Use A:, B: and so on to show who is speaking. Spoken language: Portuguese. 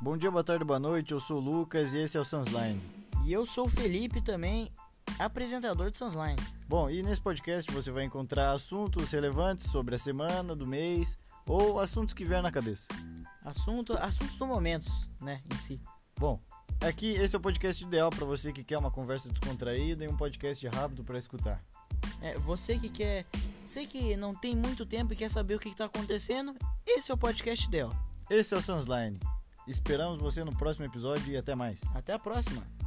A: Bom dia, boa tarde, boa noite. Eu sou o Lucas e esse é o Sansline.
B: E eu sou o Felipe também, apresentador do Sunsline.
A: Bom, e nesse podcast você vai encontrar assuntos relevantes sobre a semana, do mês ou assuntos que vier na cabeça.
B: Assunto, assuntos do momento, né, em si.
A: Bom, aqui esse é o podcast ideal para você que quer uma conversa descontraída e um podcast rápido para escutar.
B: É, você que quer, sei que não tem muito tempo e quer saber o que está acontecendo, esse é o podcast dela.
A: Esse é o Sansline. Esperamos você no próximo episódio e até mais.
B: Até a próxima.